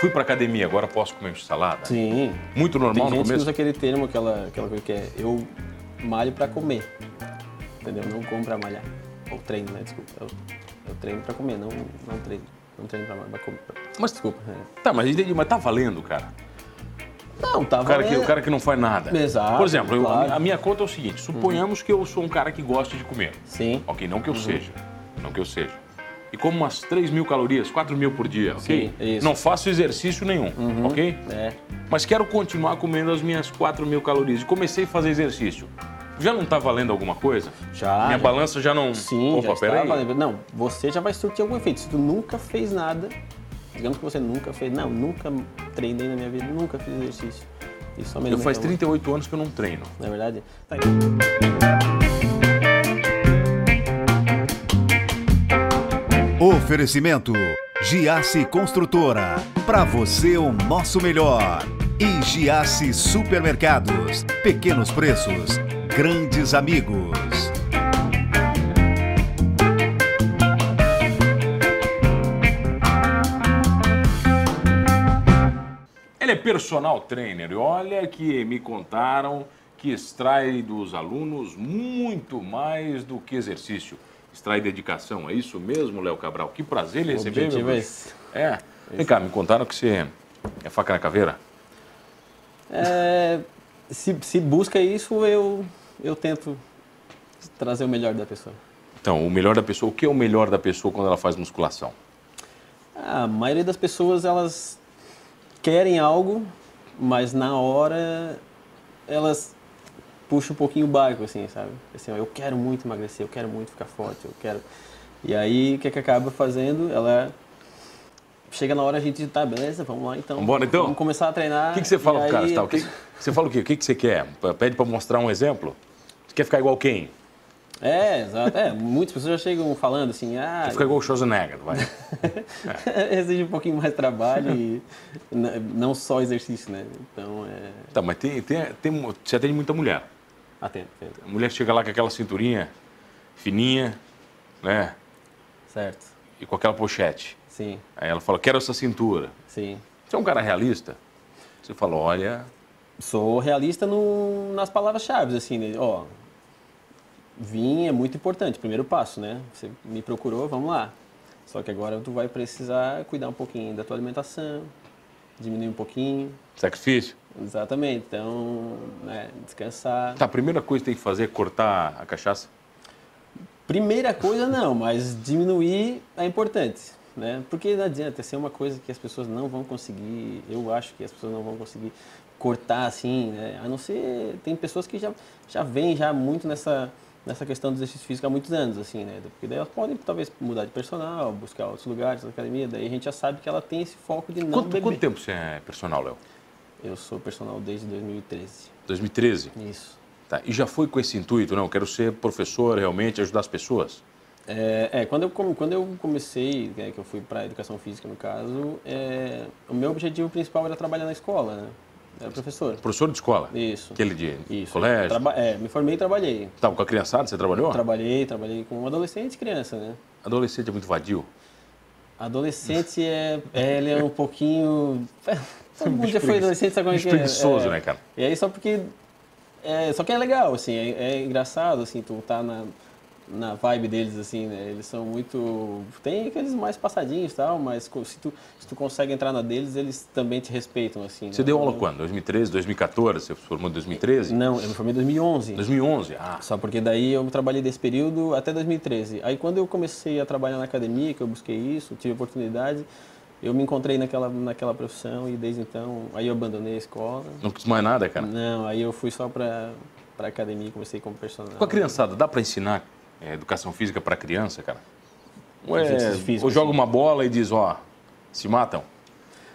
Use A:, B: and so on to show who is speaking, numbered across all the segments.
A: Fui pra academia, agora posso comer salada?
B: Sim.
A: Muito
B: Tem
A: normal no
B: gente que
A: começo?
B: usa aquele termo, aquela, aquela coisa que é eu malho pra comer. Entendeu? Não como pra malhar. Ou treino, né? Desculpa. Eu, eu treino pra comer, não, não treino. Não treino pra malhar, pra É. comer.
A: Mas desculpa. Tá, mas entendi, mas tá valendo, cara.
B: Não, tá tava.
A: O cara, que, o cara que não faz nada.
B: É. Exato,
A: Por exemplo, eu- a
B: claro. Uhum.
A: minha- a minha conta é o seguinte: suponhamos que eu sou um cara que gosta de comer.
B: Sim.
A: Ok, não que
B: Uhum.
A: eu seja. Não que eu seja. E como umas 3 mil calorias, 4 mil por dia, ok?
B: Sim, é isso.
A: Não faço exercício nenhum, ok?
B: É.
A: Mas quero continuar comendo as minhas 4 mil calorias. E comecei a fazer exercício. Já não tá valendo alguma coisa?
B: Já,
A: Minha
B: já.
A: balança já não.
B: Sim,
A: Opa,
B: já
A: peraí.
B: estava, né? Não, você já vai surtir algum efeito. Se tu nunca fez nada, digamos que você nunca fez, não, nunca treinei na minha vida, nunca fiz exercício. Isso só
A: Eu faz 38 anos que eu não treino.
B: Na verdade, tá aí.
C: Oferecimento Giasse Construtora. Para você o nosso melhor. E Giasse Supermercados. Pequenos preços, grandes amigos.
A: Ele é personal trainer e olha que me contaram que extrai dos alunos muito mais do que exercício. Extrai dedicação, é isso mesmo, Léo Cabral? Que prazer ele receber,
B: objetivo
A: meu
B: é
A: bicho.
B: esse.
A: É. Vem cá, me contaram que você é faca na caveira?
B: É, se, se busca isso, eu, eu tento trazer o melhor da pessoa.
A: Então, o melhor da pessoa, o que é o melhor da pessoa quando ela faz musculação?
B: A maioria das pessoas, elas querem algo, mas na hora elas puxam um pouquinho o barco, assim, sabe? Assim, ó, eu quero muito emagrecer, eu quero muito ficar forte, eu quero... E aí, o que, que acaba fazendo? Ela chega na hora, a gente diz, tá, beleza, vamos lá então.
A: Vambora, então?
B: Vamos começar a treinar.
A: O que, que você fala
B: E
A: pro cara?
B: aí,
A: Tá, o que- você fala o quê? O que, que você quer? Pede para mostrar um exemplo? Você quer ficar igual quem?
B: É, exato. É, muitas pessoas já chegam falando assim, ah...
A: Quer ficar igual o Schwarzenegger, vai.
B: exige um pouquinho mais trabalho e n- não só exercício, né? Então, é...
A: tá, mas tem, tem, tem, você atende muita mulher.
B: Atento, atento.
A: A mulher chega lá com aquela cinturinha fininha, né?
B: Certo.
A: E com aquela pochete.
B: Sim,
A: Aí ela fala, quero essa cintura.
B: sim.
A: Você é um cara realista? Você fala, olha,
B: Sou realista no, nas palavras-chave, assim, né? Ó, vim é muito importante, primeiro passo, né? Você me procurou, vamos lá. Só que agora tu vai precisar cuidar um pouquinho da tua alimentação, diminuir um pouquinho,
A: sacrifício.
B: exatamente. Então, né, descansar.
A: Tá, a primeira coisa que tem que fazer é cortar a cachaça.
B: Primeira coisa não, mas diminuir é importante, né? Porque não adianta, ser uma coisa que as pessoas não vão conseguir, eu acho que as pessoas não vão conseguir cortar assim, né? A não ser, tem pessoas que já, já vêm já muito nessa, nessa questão do exercício físico há muitos anos, assim, né? Porque daí elas podem talvez mudar de personal, buscar outros lugares na academia, daí a gente já sabe que ela tem esse foco de não
A: Quanto,
B: beber.
A: quanto tempo você é personal, Léo?
B: Eu sou personal desde 2013,
A: 2013.
B: isso.
A: Tá, e já foi com esse intuito, não? Quero ser professor realmente, ajudar as pessoas?
B: É, é, quando, eu, come- quando eu comecei, é, que eu fui para educação física no caso, é, o meu objetivo principal era trabalhar na escola, né? Era professor.
A: Professor de escola?
B: Isso.
A: Aquele de
B: Isso.
A: colégio?
B: Traba- é, me formei e trabalhei.
A: Tava com a criançada, você trabalhou?
B: Trabalhei, trabalhei com adolescente e criança, né?
A: Adolescente é muito vadio.
B: Adolescente é, é, ele é um pouquinho... é, Todo mundo
A: Bicho
B: já foi
A: pregui-
B: adolescente, sabe como é que é?
A: preguiçoso,
B: É.
A: né, cara?
B: E aí só porque. É, só que é legal, assim, é, é engraçado, assim, tu tá na, na vibe deles, assim, né? Eles são muito. Tem aqueles mais passadinhos e tal, mas co- se tu, se tu consegue entrar na deles, eles também te respeitam, assim.
A: Você
B: né?
A: deu aula quando? 2013, 2014? Você se formou em 2013?
B: Não, eu me formei em 2011.
A: 2011. Ah,
B: Só porque daí eu trabalhei desse período até 2013. Aí quando eu comecei a trabalhar na academia, que eu busquei isso, tive oportunidade, eu me encontrei naquela, naquela profissão e desde então, aí eu abandonei a escola.
A: não quis mais nada, cara.
B: Não, aí eu fui só pra, pra academia e comecei como personal.
A: Com a criançada, dá pra ensinar é, educação física pra criança, cara? Ou, é-
B: Exercício físico,
A: ou joga
B: sim.
A: uma bola e diz, ó, se matam?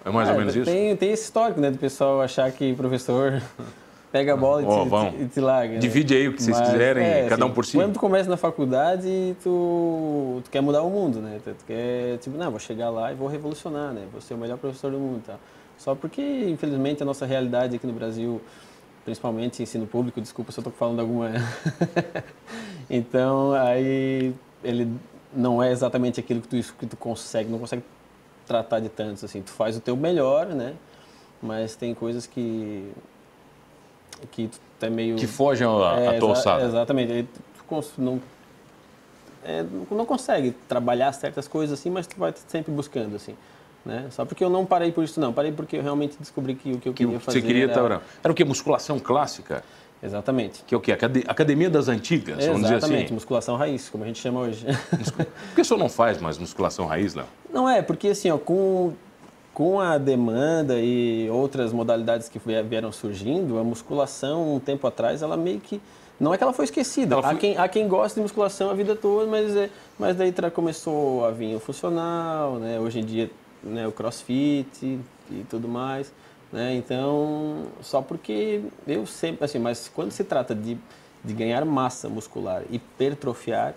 A: É mais ou
B: É,
A: menos isso?
B: Tem, tem esse histórico, né, do pessoal achar que professor pega a bola e,
A: Ah, Ó,
B: te,
A: vão.
B: e te larga. né?
A: Divide aí o que vocês quiserem, cada um por si.
B: é, assim, Quando tu começa na faculdade, tu, tu quer mudar o mundo, né? Tu, tu quer, tipo, não, vou chegar lá e vou revolucionar, né? Vou ser o melhor professor do mundo, tá? Só porque, infelizmente, a nossa realidade aqui no Brasil, principalmente ensino público, desculpa se eu tô falando alguma... então, aí ele não é exatamente aquilo que tu, que tu consegue, não consegue tratar de tantos assim. Tu faz o teu melhor, né? Mas tem coisas que que tu é meio
A: Que fogem à
B: é,
A: é,
B: exa- Exatamente. Aí tu cons- não, é, não- não consegue trabalhar certas coisas assim, mas tu vai sempre buscando assim. Né? Só porque eu não parei por isso, não. Parei porque eu realmente descobri que o que eu
A: Que
B: queria fazer. né?
A: você queria...
B: era...
A: Era... era o quê? Musculação clássica?
B: Exatamente.
A: Que é o quê? Acade- Academia das Antigas, vamos dizer
B: Exatamente,
A: assim.
B: musculação raiz, como a gente chama hoje.
A: Por que o senhor não faz mais musculação raiz, Léo?
B: Não é, porque assim, ó, com, com a demanda e outras modalidades que vie- vieram surgindo, a musculação, um tempo atrás, ela meio que. Não é que ela foi esquecida.
A: Ela foi-
B: Há, quem, há quem gosta de musculação a vida toda, mas, é, mas daí tra- começou a vir o funcional, né? Hoje em dia né, o crossfit e tudo mais. Né? Então, só porque eu sempre. Assim, mas quando se trata de, de ganhar massa muscular, hipertrofiar,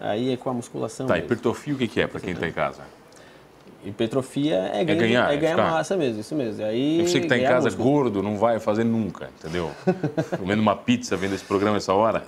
B: aí é com a musculação.
A: Tá,
B: mesmo.
A: hipertrofia o que que é para quem está em casa?
B: Hipertrofia é, ganho-
A: ganhar,
B: é ganhar
A: ficar.
B: massa mesmo, isso mesmo. Aí,
A: Eu sei que está em
B: ganhar
A: casa
B: músculo.
A: gordo, não vai fazer nunca, entendeu? Comendo uma pizza vendo esse programa essa hora,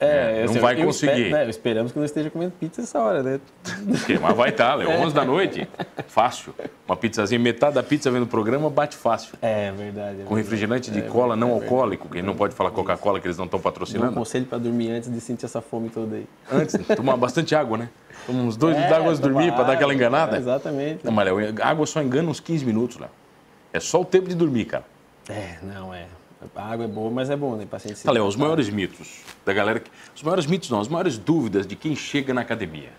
A: é, não
B: assim,
A: vai
B: eu
A: conseguir.
B: espero- né, esperamos que não esteja comendo pizza essa hora, né?
A: porque, mas vai estar, Léo, 11 da noite, fácil. Uma pizzazinha, metade da pizza vendo o programa, bate fácil.
B: É verdade. é
A: Com
B: verdade.
A: refrigerante de cola não alcoólico, que não pode falar Coca-Cola, que eles não estão
B: Dou um
A: patrocinando.
B: conselho para dormir antes de sentir essa fome toda aí.
A: Antes, tomar bastante água, né? Toma uns dois litros
B: É,
A: d'água antes de
B: tomar
A: dormir, para dar aquela
B: água,
A: enganada.
B: é, exatamente.
A: Não, mas Léo, a água só engana uns 15 minutos, Léo. É só o tempo de dormir, cara.
B: É, não, é. A água é boa, mas é bom, né? Paciente
A: Tá, Léo, os maiores mitos da galera que... Os maiores mitos não, as maiores dúvidas de quem chega na academia.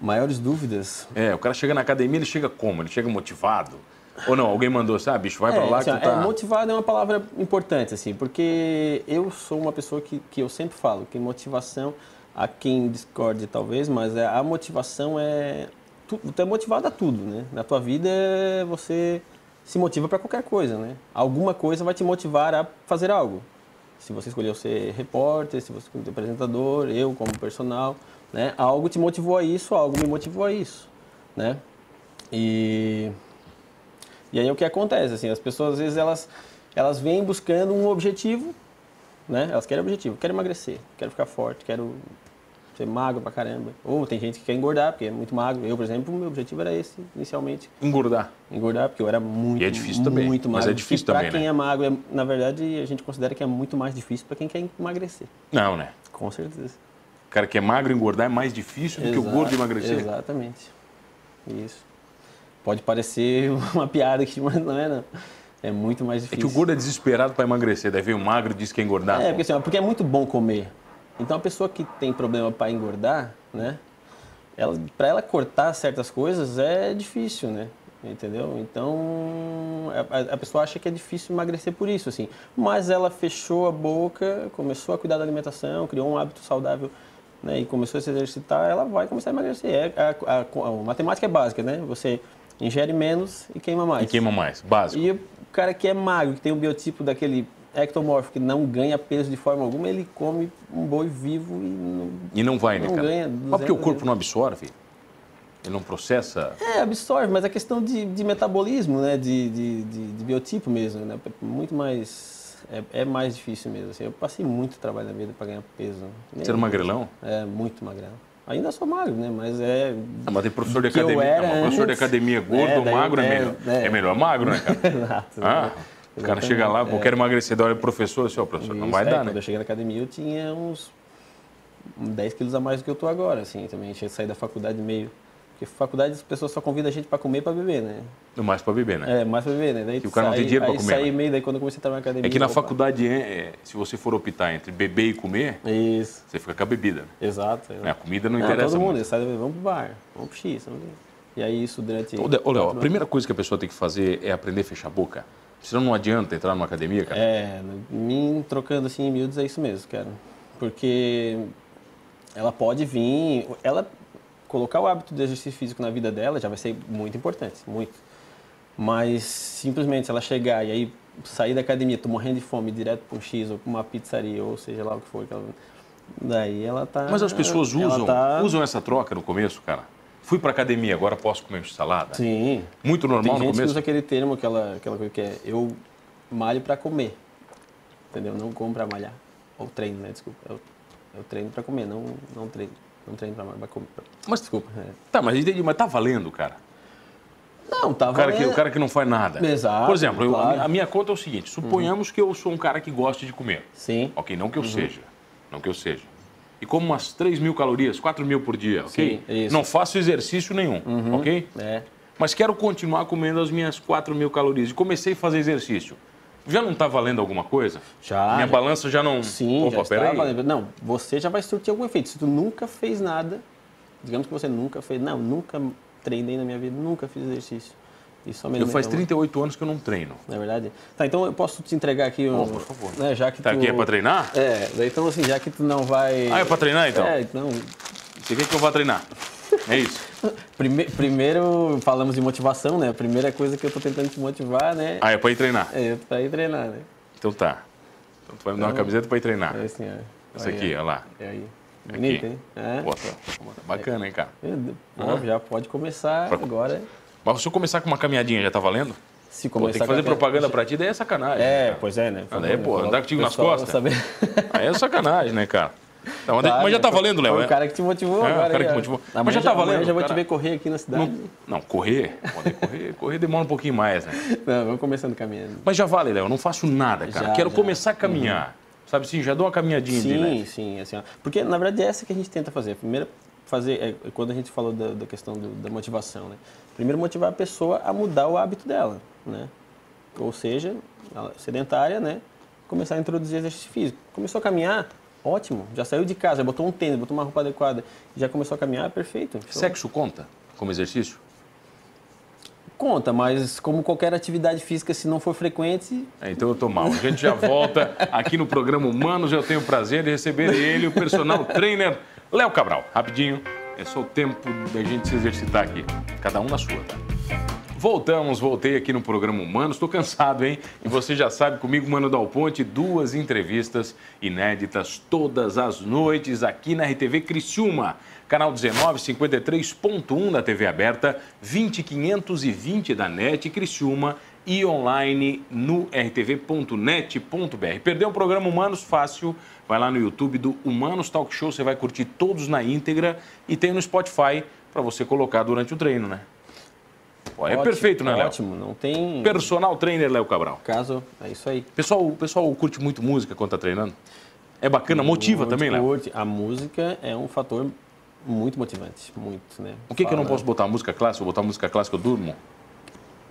B: Maiores dúvidas?
A: É, o cara chega na academia, ele chega como? Ele chega motivado? Ou não, alguém mandou, sabe, bicho, vai pra
B: É,
A: lá
B: assim,
A: que
B: ó,
A: tu tá...
B: é, motivado é uma palavra importante, assim, porque eu sou uma pessoa que, que eu sempre falo que motivação, a quem discorde talvez, mas é, a motivação é. Tu, tu é motivado a tudo, né? Na tua vida é, você se motiva para qualquer coisa, né? Alguma coisa vai te motivar a fazer algo. Se você escolheu ser repórter, se você escolheu ser apresentador, eu como personal, né? Algo te motivou a isso, algo me motivou a isso, né? E e aí o que acontece, assim, as pessoas às vezes elas, elas vêm buscando um objetivo, né? Elas querem objetivo, quero emagrecer, quero ficar forte, quero ser magro pra caramba. Ou tem gente que quer engordar, porque é muito magro. Eu, por exemplo, o meu objetivo era esse inicialmente,
A: Engordar.
B: engordar, porque eu era muito
A: E é difícil também,
B: muito
A: mas
B: magro.
A: é difícil
B: E pra
A: também,
B: quem
A: né?
B: é magro, é- na verdade, a gente considera que é muito mais difícil pra quem quer emagrecer.
A: Não, né?
B: Com certeza.
A: O cara que é magro, engordar é mais difícil do que o
B: Exato,
A: gordo emagrecer.
B: Exatamente. Isso. Pode parecer uma piada aqui, mas não é não. É muito mais
A: É
B: difícil.
A: que o gordo é desesperado pra emagrecer, daí vem o magro e diz que é engordar.
B: É, porque, assim, ó, porque é muito bom comer. Então a pessoa que tem problema para engordar, né? Ela, para ela cortar certas coisas é difícil, né? Entendeu? Então a, a- a pessoa acha que é difícil emagrecer por isso, assim. Mas ela fechou a boca, começou a cuidar da alimentação, criou um hábito saudável. Né, e começou a se exercitar, ela vai começar a emagrecer. É, a, a- a matemática é básica, né? Você ingere menos e queima mais.
A: E queima mais, básico.
B: E o cara que é magro, que tem o biotipo daquele ectomórfico, que não ganha peso de forma alguma, ele come um boi vivo e não...
A: E não vai, né,
B: Não
A: cara?
B: ganha
A: Mas porque o
B: 200
A: corpo não absorve? Ele não processa?
B: É, absorve, mas é questão de, de metabolismo, né? De, de, de- de biotipo mesmo, né? É Muito mais... É, é mais difícil mesmo, assim. Eu passei muito trabalho na vida para ganhar peso.
A: Você era magrelão?
B: É, muito magrão. Ainda sou magro, né? Mas é...
A: Ah, mas tem professor de
B: que eu
A: academia.
B: era
A: não, mas professor de
B: antes.
A: academia gordo
B: É,
A: ou
B: daí-
A: magro é,
B: é,
A: melhor. É.
B: é.
A: melhor magro, né, cara?
B: Exato.
A: Ah, o cara
B: Exatamente, é.
A: chega lá, qualquer emagrecedor olha pro professor, assim, ó, professor, não
B: Isso,
A: vai
B: é,
A: dar,
B: Quando
A: né?
B: eu cheguei na academia, eu tinha uns 10 quilos a mais do que eu tô agora, assim, também. Tinha saído da faculdade meio... Porque faculdade as pessoas só convidam a gente para comer e para beber, né?
A: Mais pra beber, né?
B: É, mais para beber, né? Daí
A: Que o cara não tem
B: saí-
A: dinheiro pra
B: aí
A: comer,
B: saí
A: né?
B: meio, daí quando eu comecei a trabalhar na academia...
A: É que na
B: opa.
A: faculdade, é, é, se você for optar entre beber e comer,
B: Isso,
A: você fica com a bebida. né?
B: exato.
A: Né? A comida não
B: Não,
A: interessa
B: Ah, todo mundo,
A: muito.
B: sai da vamos pro bar, vamos pro X, vamos... E aí isso durante...
A: Ô, De- Ô, Léo, a primeira coisa que a pessoa tem que fazer é aprender a fechar a boca. Senão não adianta entrar numa academia, cara.
B: É, mim trocando assim em miúdos é isso mesmo, cara. Porque ela pode vir, ela colocar o hábito do exercício físico na vida dela já vai ser muito importante, muito. Mas simplesmente se ela chegar e aí sair da academia, tô morrendo de fome, direto para um X ou pra uma pizzaria ou seja lá o que for, que ela- daí ela tá
A: Mas as pessoas
B: ela
A: usam,
B: tá-
A: usam essa troca no começo, cara. Fui pra academia, agora posso comer uma salada.
B: Sim.
A: Muito
B: Tem
A: normal
B: gente
A: no
B: que
A: começo.
B: usa aquele termo, aquela, aquela coisa que é eu malho pra comer. Entendeu? Não como pra malhar. Ou treino, né? Desculpa. Eu, eu treino pra comer, não, não treino. Não treino pra, pra comer. Mas desculpa. é.
A: Tá, mas entendi, mas tá valendo, cara.
B: Não, tava.
A: O cara, que, o cara que não faz nada.
B: Exato,
A: Por exemplo, eu- a
B: claro. Uhum.
A: minha- a minha conta é o seguinte: suponhamos que eu sou um cara que gosta de comer.
B: Sim.
A: Ok, não que eu
B: Uhum.
A: seja. Não que eu seja. E como umas 3 mil calorias, 4 mil por dia, ok?
B: Sim, isso.
A: Não faço exercício nenhum, ok?
B: É.
A: Mas quero continuar comendo as minhas 4 mil calorias. E comecei a fazer exercício. Já não está valendo alguma coisa?
B: Já,
A: Minha
B: já.
A: balança já não.
B: Sim,
A: Opa,
B: já está
A: peraí.
B: valendo. Não, você já vai surtir algum efeito. Se tu nunca fez nada, digamos que você nunca fez, não, nunca treinei na minha vida, nunca fiz exercício. Isso só me
A: Eu faz
B: alimenta
A: 38 anos que eu não treino.
B: muito, Na verdade. Tá, então eu posso te entregar aqui um.
A: por favor.
B: Né, já que
A: Tá
B: tu,
A: aqui é pra treinar?
B: É, daí então assim, já que tu não vai.
A: Ah, é pra treinar, então?
B: É, então.
A: Você quer que eu vá treinar? É isso.
B: prime- primeiro falamos de motivação, né? A primeira coisa que eu tô tentando te motivar, né?
A: Ah, é pra ir treinar.
B: É pra ir treinar, né?
A: Então tá. Então tu vai me dar uma camiseta pra ir treinar.
B: É assim, ó.
A: Essa
B: Olha
A: aqui,
B: aí,
A: olha lá.
B: ó. É aí. Bonito, hein? É.
A: Pô, Bacana, hein, cara? Ah.
B: Ó, já pode começar agora.
A: Mas se eu começar com uma caminhadinha, já tá valendo?
B: Se
A: Pô,
B: começar
A: tem que fazer
B: com a-
A: propaganda pra ti, daí é sacanagem. né,
B: É,
A: cara?
B: pois é, né?
A: Ah, daí, pô, andar contigo nas
B: Pessoal,
A: costas.
B: vou saber.
A: Aí é sacanagem, né, cara? Tá, mas, mas já tá
B: Foi-
A: valendo, Léo.
B: Foi
A: é?
B: o cara que te motivou
A: É, o
B: agora.
A: cara
B: aí,
A: que
B: ó.
A: motivou. Mas
B: Amanhã
A: já tá
B: amanhã
A: valendo,
B: já vou
A: cara.
B: te ver correr aqui na cidade.
A: Não,
B: Não,
A: não, correr, pode correr, correr demora um pouquinho mais, né?
B: vamos começando caminhando.
A: Mas já vale, Léo, eu não faço nada, cara.
B: Já,
A: Quero
B: já. Uhum.
A: começar a caminhar. Sabe assim, já dou uma caminhadinha de leve.
B: Sim, sim, assim, ó. Porque na verdade é essa que a gente tenta fazer. Primeiro fazer é, quando a gente falou da, da questão do- da motivação, né? Primeiro motivar a pessoa a mudar o hábito dela, né? Ou seja, ela é sedentária, né? Começar a introduzir exercício físico. Começou a caminhar, ótimo. Já saiu de casa, botou um tênis, botou uma roupa adequada, já começou a caminhar, perfeito. Show.
A: Sexo conta como exercício?
B: Conta, mas como qualquer atividade física, se não for frequente,
A: É, então eu tô mal. A gente já volta aqui no programa Humanos. Eu tenho o prazer de receber ele, o personal trainer Léo Cabral. Rapidinho, é só o tempo da gente se exercitar aqui. Cada um na sua, tá? Voltamos, voltei aqui no programa Humanos. Estou cansado, hein? E você já sabe, comigo, Mano Dal Ponte, duas entrevistas inéditas todas as noites aqui na RTV Criciúma. Canal 1953.1 da TV Aberta, 20520 da NET Criciúma e online no rtv.net.br. Perdeu o programa Humanos Fácil? Vai lá no YouTube do Humanos Talk Show, você vai curtir todos na íntegra e tem no Spotify para você colocar durante o treino, né? Pô, é
B: ótimo, tá
A: perfeito, né, Léo?
B: Ótimo, não tem
A: Personal trainer Léo Cabral.
B: caso, é isso aí.
A: Pessoal, o pessoal curte muito música quando tá treinando? É bacana, motiva também, Léo.
B: Curte. A música é um fator muito motivante, muito, né?
A: O que, que eu não
B: Fala-
A: posso botar música clássica? Eu botar música clássica, eu durmo?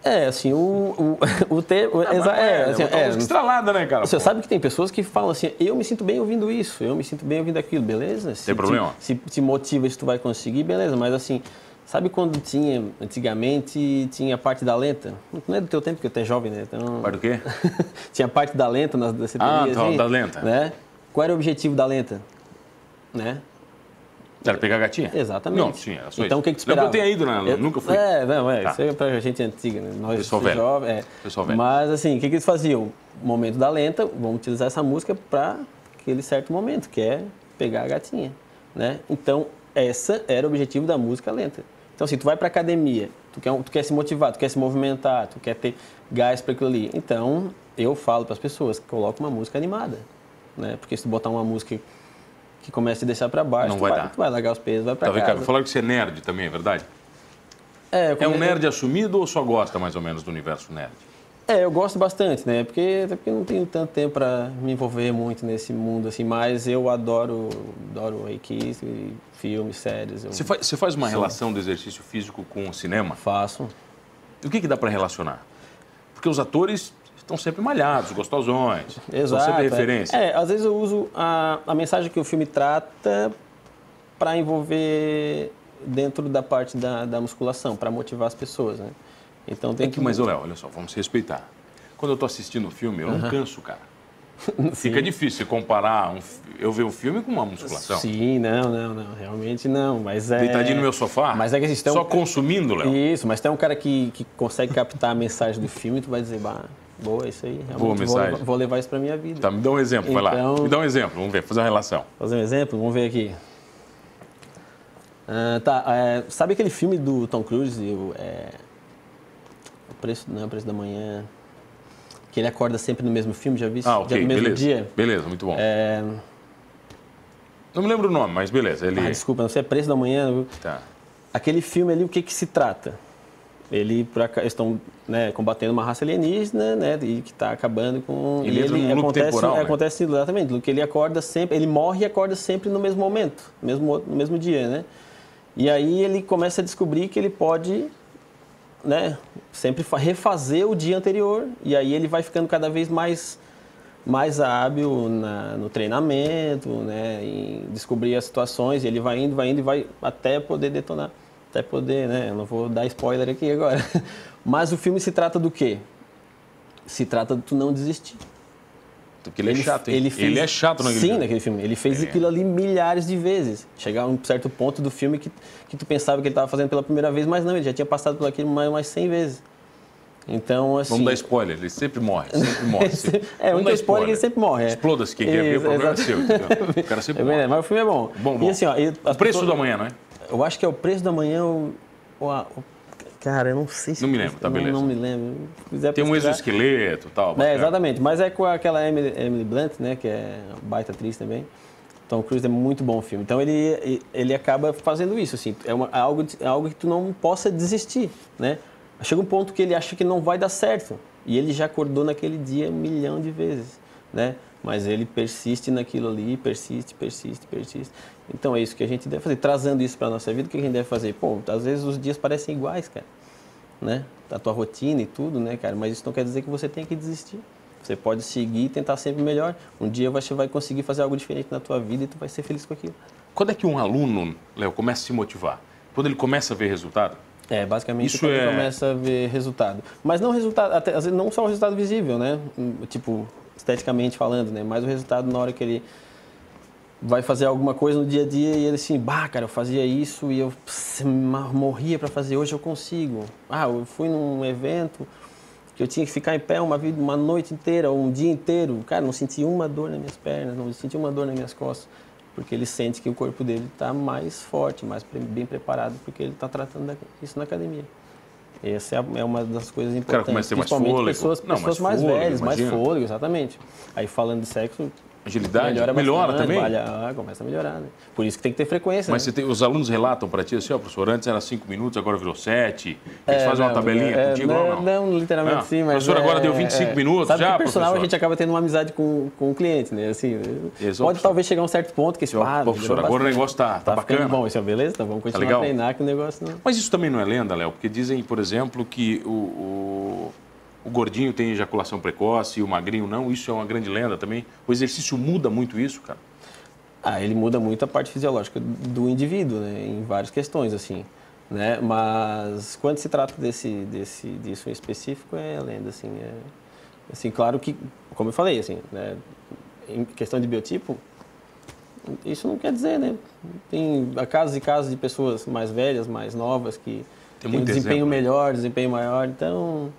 B: É, assim, o, o, o te-
A: Ah,
B: o- exa- é, assim,
A: né? botar
B: é,
A: música estralada, né, cara?
B: Você
A: Pô,
B: sabe que tem pessoas que falam assim, eu me sinto bem ouvindo isso, eu me sinto bem ouvindo aquilo, beleza? Se
A: Tem
B: te-
A: problema?
B: Se te motiva, se tu vai conseguir, beleza. Mas assim, sabe quando tinha, antigamente, tinha a parte da lenta? Não é do teu tempo, porque tu é jovem, né? Então...
A: Vai do quê?
B: tinha parte da lenta nas das CTRIs,
A: tá,
B: hein?
A: da lenta.
B: Né? Qual era o objetivo da lenta? Né?
A: Era pegar a gatinha?
B: Exatamente.
A: Não, sim, era só
B: Então
A: isso.
B: o que que tu
A: Não
B: esperava?
A: eu tenha ido, né? Eu
B: É-
A: nunca fui.
B: É, não, é,
A: Tá.
B: isso aí é pra gente antiga, né? Nós
A: Pessoal
B: jovens,
A: velho.
B: é.
A: Pessoal velho.
B: Mas assim, o que que eles faziam? Momento da lenta, vamos utilizar essa música para aquele certo momento, que é pegar a gatinha, né? Então, essa era o objetivo da música lenta. Então, assim, tu vai pra academia, tu quer, um- tu quer se motivar, tu quer se movimentar, tu quer ter gás para aquilo ali. Então, eu falo para as pessoas, coloca uma música animada, né? Porque se tu botar uma música que comece a te deixar para baixo,
A: Não
B: tu
A: vai
B: vai,
A: dar.
B: tu vai largar é os pesos, vai para
A: Tá, vem cá,
B: casa.
A: falaram que você é nerd também, é verdade?
B: É, eu
A: É um
B: come-
A: nerd assumido ou só gosta mais ou menos do universo nerd?
B: É, eu gosto bastante, né? Porque, até porque eu não tenho tanto tempo para me envolver muito nesse mundo, assim, mas eu adoro, adoro reiki, filmes, séries. Eu
A: Você faz, você faz uma relação do exercício físico com o cinema?
B: faço.
A: E o que, que dá pra relacionar? Porque os atores estão sempre malhados, gostosões. São
B: Exato.
A: sempre
B: é.
A: referência.
B: É, às vezes eu uso a, a mensagem que o filme trata para envolver dentro da parte da, da musculação, para motivar as pessoas, né? Então tem
A: É que, mas, ô, Léo, olha só, vamos se respeitar. Quando eu tô assistindo um filme, eu não canso, cara. Fica difícil comparar um fi- eu ver um filme com uma musculação.
B: Sim, não, não, não, realmente não, mas é...
A: Deitadinho no meu sofá,
B: Mas é que estão...
A: só consumindo, Léo.
B: Isso, mas tem um cara que, que consegue captar a mensagem do filme, tu vai dizer, bah, boa, isso aí. realmente
A: Boa
B: vou,
A: mensagem.
B: levar- vou levar isso pra minha vida.
A: Tá, me dá um exemplo, vai lá.
B: Então-
A: Me dá um exemplo, vamos ver, fazer uma relação.
B: Fazer um exemplo? Vamos ver aqui. Ah, tá, é, sabe aquele filme do Tom Cruise, o, é, o preço, não, é o preço da manhã, que ele acorda sempre no mesmo É. filme, já vi isso?
A: Ah,
B: já
A: ok,
B: no mesmo
A: Ah, beleza.
B: dia?
A: Beleza, muito bom.
B: É,
A: Não me lembro o nome, mas beleza. Ele.
B: Ah, desculpa, não sei, é preço da manhã. viu?
A: Tá.
B: Aquele filme ali, o que que se trata? Ele, por acaso, estão né, combatendo uma raça alienígena, né, e que está acabando com...
A: Ele entra num loop
B: acontece,
A: temporal, né?
B: acontece exatamente, que ele acorda sempre, ele morre e acorda sempre no mesmo momento, mesmo, no mesmo dia, né? E aí ele começa a descobrir que ele pode, né, sempre fa- refazer o dia anterior, e aí ele vai ficando cada vez mais mais hábil na- no treinamento, né, em descobrir as situações, e ele vai indo, vai indo e vai até poder detonar, até poder, né, eu não vou dar spoiler aqui agora. Mas o filme se trata do quê? Se trata de tu não desistir.
A: Porque ele, é chato, hein? Ele,
B: fez-
A: é chato naquele
B: Sim,
A: filme.
B: naquele filme. Ele fez
A: É.
B: aquilo ali milhares de vezes. Chegar a um certo ponto do filme que, que tu pensava que ele estava fazendo pela primeira vez, mas não, ele já tinha passado por aquilo mais, mais 100 vezes. Então, assim...
A: Vamos dar spoiler, ele sempre morre, sempre morre. sempre.
B: É,
A: Vamos
B: o único
A: dar
B: spoiler é que ele sempre morre. é.
A: Exploda-se quem quer ver, o
B: Ex-
A: problema é
B: exato.
A: seu, entendeu? O cara sempre
B: É
A: morre.
B: verdade, mas o filme é bom.
A: Bom, bom.
B: E assim, ó, e
A: O preço
B: as pessoas-
A: da manhã, não é?
B: Eu acho que é o preço da manhã o, o, a- o- Cara, eu não sei se...
A: Não me lembro, tá,
B: não-
A: beleza.
B: Não, me lembro. Se quiser
A: Tem um
B: pesquisar-
A: exoesqueleto e tal.
B: é,
A: bacana.
B: exatamente. Mas é com aquela Emily, Emily Blunt, né? Que é baita atriz também. Tom Cruise é muito bom o filme. Então ele, ele acaba fazendo isso, assim. É, uma- é algo, é algo que tu não possa desistir, né? Chega um ponto que ele acha que não vai dar certo. E ele já acordou naquele dia um milhão de vezes, né? Mas ele persiste naquilo ali, persiste, persiste, persiste. Então é isso que a gente deve fazer. Trazendo isso para nossa vida, o que a gente deve fazer? Pô, às vezes os dias parecem iguais, cara né? A tua rotina e tudo, né, cara? Mas isso não quer dizer que você tem que desistir. Você pode seguir e tentar sempre melhor. Um dia você vai conseguir fazer algo diferente na tua vida e tu vai ser feliz com aquilo.
A: Quando é que um aluno, Léo, começa a se motivar? Quando ele começa a ver resultado?
B: É, basicamente
A: Isso
B: quando
A: é-
B: começa a ver resultado. Mas não resultado, até, às vezes, não só o resultado visível, né? Hum, Tipo, esteticamente falando, né? Mas o resultado na hora que ele vai fazer alguma coisa no dia a dia e ele assim, bah, cara, eu fazia isso e eu pss, ma- morria pra fazer, hoje eu consigo. Ah, eu fui num evento que eu tinha que ficar em pé uma vida, uma noite inteira, ou um dia inteiro. Cara, não senti uma dor nas minhas pernas, não senti uma dor nas minhas costas, porque ele sente que o corpo dele está mais forte, mais pre- bem preparado, porque ele está tratando da- isso na academia. Essa é a- é uma das coisas importantes.
A: começa a ter mais
B: principalmente
A: fôlego.
B: pessoas,
A: Não, mais
B: pessoas mais,
A: fôlego,
B: velhas, mais
A: imagina.
B: fôlego, exatamente. Aí falando de sexo,
A: Agilidade? Melhora,
B: Melhora, bastante,
A: também?
B: Trabalha, ah, começa a melhorar, né? Por isso que tem que ter frequência.
A: Mas você
B: né?
A: tem- os alunos relatam para ti assim, ó, professor, antes era cinco minutos, agora virou sete. Eles
B: É,
A: fazem uma
B: não,
A: tabelinha
B: é,
A: contigo
B: não,
A: ou não?
B: não, literalmente
A: Ah,
B: sim, mas... é,
A: professor, agora deu 25 minutos
B: Sabe
A: já,
B: que personal
A: professor?
B: a gente acaba tendo uma amizade com, com o cliente, né? Assim,
A: Exato.
B: pode talvez chegar a um certo ponto que... esse
A: Ó, professor, agora o negócio tá, tá,
B: Tá
A: bacana. Tá
B: ficando bom, isso é beleza, então vamos continuar
A: legal?
B: a treinar que o negócio não...
A: Mas isso também não é lenda, Léo, porque dizem, por exemplo, que o, o- o gordinho tem ejaculação precoce e o magrinho não. Isso é uma grande lenda também. O exercício muda muito isso, cara.
B: Ah, ele muda muito a parte fisiológica do indivíduo, né? Em várias questões, assim, né? Mas quando se trata desse, desse, disso em específico, é lenda, assim, é... Assim, claro que, como eu falei, assim, né? Em questão de biotipo, isso não quer dizer, né? Tem casos e casos de pessoas mais velhas, mais novas, que têm um
A: muito
B: desempenho
A: exemplo, né?
B: melhor, desempenho maior, então...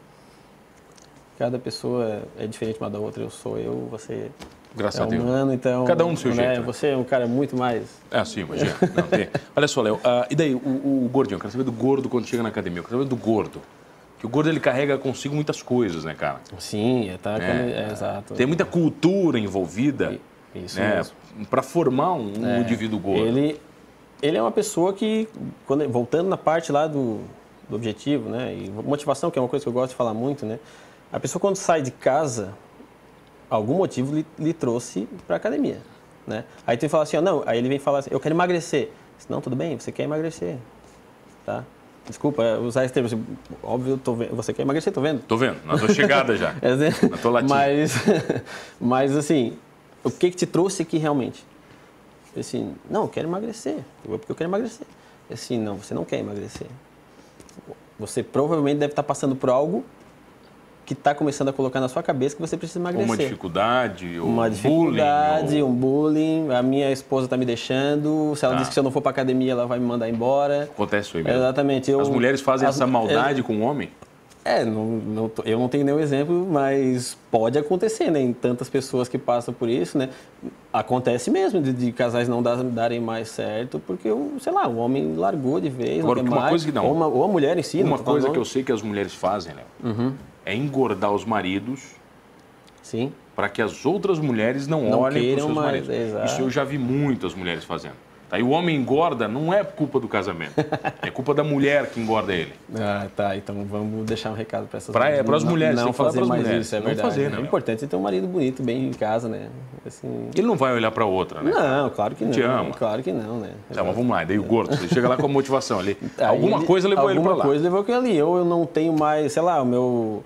B: Cada pessoa é diferente uma da outra. Eu sou eu, você
A: Graças
B: é
A: a Deus.
B: humano, então...
A: Cada um do seu
B: né,
A: jeito, né?
B: Você é um cara muito mais...
A: É assim, imagina. Não, tem. Olha só, Léo, ah, e daí, o, o gordinho, eu quero saber do gordo quando chega na academia, eu quero saber do gordo. Porque o gordo ele carrega consigo muitas coisas, né, cara?
B: Sim, é, tá, quando-
A: É.
B: é, exato.
A: Tem muita cultura envolvida,
B: Isso
A: né?
B: mesmo. É.
A: Para formar um indivíduo né? gordo.
B: Ele, ele é uma pessoa que, quando, voltando na parte lá do, do objetivo, né? E motivação, que é uma coisa que eu gosto de falar muito, né? A pessoa quando sai de casa, algum motivo lhe, lhe trouxe para academia, né? Aí tu fala assim, ó, não, aí ele vem falar assim, eu quero emagrecer. Eu disse, não, tudo bem, você quer emagrecer, tá? Desculpa é, usar esse termo, assim, óbvio, eu tô vendo, você quer emagrecer, tô vendo.
A: Tô vendo, na tua chegada já.
B: É, né?
A: Na tua latinha.
B: Mas, mas assim, o que que te trouxe aqui realmente? Assim, não, eu quero emagrecer. Eu vou porque eu quero emagrecer. Assim, não, você não quer emagrecer. Você provavelmente deve estar passando por algo que está começando a colocar na sua cabeça que você precisa
A: Ou
B: emagrecer.
A: uma dificuldade, ou
B: Uma
A: um bullying.
B: dificuldade,
A: ou-
B: um bullying. A minha esposa está me deixando. Se ela
A: Tá.
B: disse que se eu não for para academia, ela vai me mandar embora.
A: Acontece isso aí mesmo.
B: Exatamente. eu-
A: As mulheres fazem
B: as-
A: essa maldade com o homem?
B: é, não, não tô- eu não tenho nenhum exemplo, mas pode acontecer, né? Em tantas pessoas que passam por isso, né? Acontece mesmo de, de casais não dar- darem mais certo, porque, o- sei lá, o homem largou de vez,
A: Agora,
B: não quer
A: uma
B: mais,
A: coisa que não.
B: Ou, uma- ou a mulher em si. não tá Uhum.
A: Uma
B: tô
A: coisa
B: falando
A: que eu
B: nome.
A: sei que as mulheres fazem, Léo, é engordar os maridos
B: Sim,
A: para que as outras mulheres não, olhem
B: Não
A: para os
B: queiram
A: seus
B: mais,
A: maridos.
B: é, exato.
A: Isso eu já vi muitas mulheres fazendo. Aí o homem engorda não é culpa do casamento, é culpa da mulher que engorda ele.
B: Ah, tá. Então vamos deixar um recado para essas
A: Pra- é, pras
B: Não-
A: mulheres,
B: Não
A: tem que falar
B: fazer
A: pras
B: mais
A: mulheres.
B: isso, é
A: Não
B: verdade.
A: fazer, né,
B: é
A: meu?
B: importante você ter um marido bonito, bem em casa, né? Assim,
A: Ele não vai olhar para outra, né?
B: não, claro que não.
A: Te ama.
B: Claro que não, né?
A: Tá, mas vamos lá, daí o gordo, você chega lá com a motivação ali.
B: Aí
A: alguma
B: ele-
A: coisa levou ele para lá.
B: Alguma coisa levou ele ali. Ou eu não tenho mais, sei lá, o meu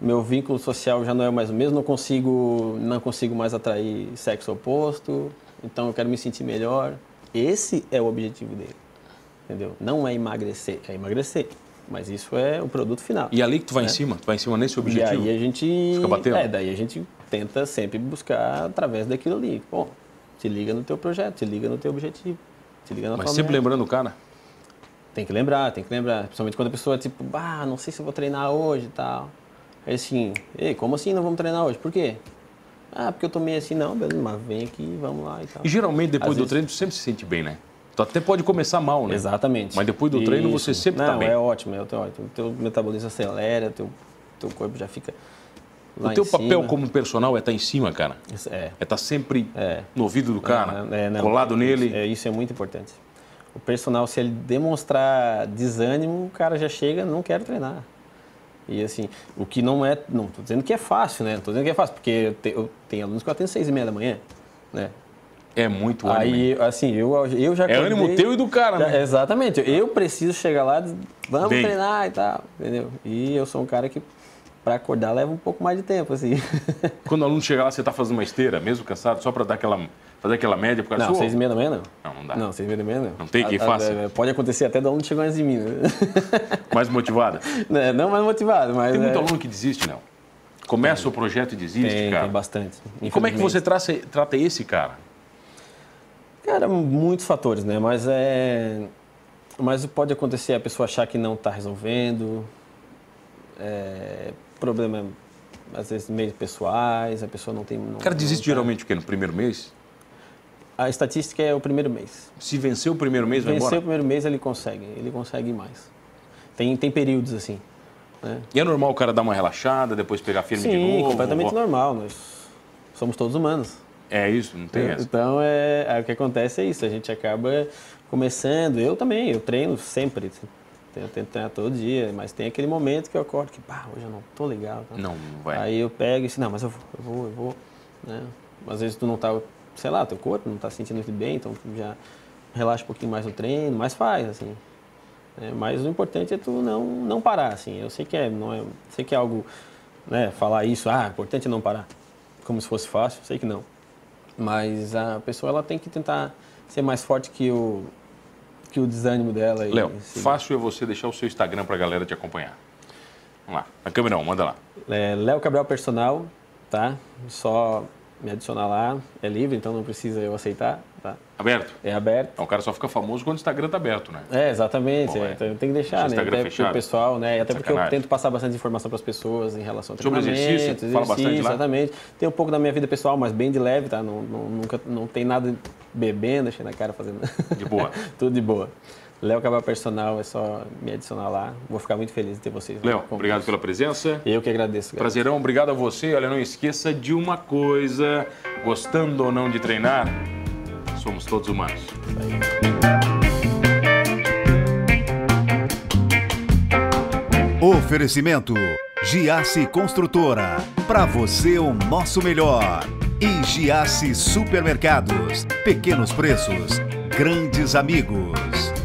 B: meu vínculo social já não é mais o mesmo, não consigo não consigo mais atrair sexo oposto, então eu quero me sentir melhor. Esse é o objetivo dele. Entendeu? Não é emagrecer, é emagrecer, mas isso é o produto final. né?
A: E ali que tu vai em cima, tu vai em cima nesse
B: É. E
A: objetivo.
B: aí a gente.
A: Fica batendo?
B: É, daí a gente tenta sempre buscar através daquilo ali. Bom, te liga no teu projeto, te liga no teu objetivo. Te liga na
A: Mas
B: tua
A: sempre
B: meta.
A: lembrando o cara.
B: Tem que lembrar, tem que lembrar. Principalmente quando a pessoa, tipo, ah, não sei se eu vou treinar hoje e tal. Aí assim, ei, como assim não vamos treinar hoje? Por quê? Ah, porque eu tomei assim, não, beleza, mas vem aqui, vamos lá e tal.
A: E geralmente depois
B: Às
A: do
B: vezes-
A: treino tu sempre se sente bem, né? Tu até pode começar mal, né?
B: Exatamente.
A: Mas depois do treino você sempre
B: não,
A: tá bem.
B: é ótimo, é ótimo. O teu metabolismo acelera, teu, teu corpo já fica lá
A: o teu
B: em
A: papel
B: cima.
A: como personal é estar em cima, cara.
B: É,
A: É estar sempre no ouvido do cara,
B: É, é, não.
A: colado nele.
B: É, isso é muito importante. O personal, se ele demonstrar desânimo, o cara já chega, não quero treinar. E assim, o que não é. Não estou dizendo que é fácil, né? Não estou dizendo que é fácil, porque eu, te- eu tenho alunos que eu atendo seis e meia da manhã, né?
A: É, muito ânimo. hein?
B: Aí, assim, eu, eu já
A: É ânimo teu e do cara, né?
B: Exatamente. Eu preciso chegar lá, diz, vamos
A: Bem.
B: treinar e tal, entendeu? E eu sou um cara que, para acordar, leva um pouco mais de tempo, assim.
A: Quando o aluno chega lá, você tá fazendo uma esteira, mesmo cansado, só para dar aquela, fazer aquela média pro cara.
B: Não,
A: Pô,
B: seis e meia da manhã não.
A: Não, não dá.
B: Não, seis e meia da manhã não.
A: Não tem quem
B: A- a-
A: faça?
B: é, Pode acontecer até do aluno chegar antes de mim. né?
A: Mais motivada.
B: Né, não mais motivado, mas...
A: Tem muito
B: é,
A: aluno que desiste, não. Começa o projeto e desiste,
B: Tem,
A: cara.
B: tem bastante.
A: Como é que você
B: infelizmente.
A: traça- trata esse cara?
B: Cara, muitos fatores, né? Mas é... Mas pode acontecer a pessoa achar que não está resolvendo. É... Problema, às vezes, meios pessoais, a pessoa não tem... Não,
A: O cara desiste
B: não tá-
A: geralmente o quê? No primeiro mês?
B: A estatística é o primeiro mês.
A: Se vencer o primeiro mês, vai
B: Vencer o
A: embora?
B: primeiro mês, ele consegue. Ele consegue mais. Tem, tem períodos, assim. Né?
A: E é normal o cara dar uma relaxada, depois pegar firme de
B: Sim,
A: novo?
B: completamente
A: vo-
B: normal. Nós somos todos humanos.
A: É isso, não tem essa.
B: Então, é, é, o que acontece é isso. A gente acaba começando. Eu também, eu treino sempre. Eu tento treinar todo dia, mas tem aquele momento que eu acordo que, pá, hoje eu não tô legal. tá?
A: Não, não vai.
B: Aí eu pego e assim, não, mas eu vou, eu vou, eu vou. Né? Às vezes tu não tá, sei lá, teu corpo não tá se sentindo muito bem, então tu já relaxa um pouquinho mais no treino, mas faz, assim. né? Mas o importante é tu não, não parar, assim. Eu sei que é, não é, sei que é algo, né, falar isso, ah, o importante é não parar. Como se fosse fácil, sei que não. Mas a pessoa, ela tem que tentar ser mais forte que o, que o desânimo dela. e
A: Léo,
B: seguir.
A: fácil é você deixar o seu Instagram pra galera te acompanhar. Vamos lá. Na câmera 1, manda lá.
B: É, Léo Cabral Personal, tá? Só me adicionar lá. É livre, então não precisa eu aceitar, tá?
A: Aberto?
B: É aberto.
A: Não, o cara só fica famoso quando o Instagram tá aberto, né?
B: É, exatamente.
A: Bom,
B: é,
A: é.
B: então tem que
A: Deixa o
B: deixar, né?
A: Instagram
B: Até porque
A: fechado.
B: o pessoal, né? Até porque eu
A: Sacanagem.
B: tento passar bastante informação para as pessoas em relação ao
A: Sobre
B: treinamento,
A: exercício, fala bastante lá?
B: Exatamente. Tem um pouco da minha vida pessoal, mas bem de leve, tá? Não, não- nunca, não tem nada bebendo, cheio na cara, fazendo...
A: De boa.
B: Tudo de boa. Léo Cabral Personal, é só me adicionar lá. Vou ficar muito feliz de ter vocês. lá.
A: Léo, obrigado pela presença.
B: Eu que agradeço, cara.
A: Prazerão, obrigado a você. Olha, não esqueça de uma coisa: gostando ou não de treinar, somos todos humanos.
C: Oferecimento Giasse Construtora. Para você o nosso melhor. E Giasse Supermercados. Pequenos preços, grandes amigos.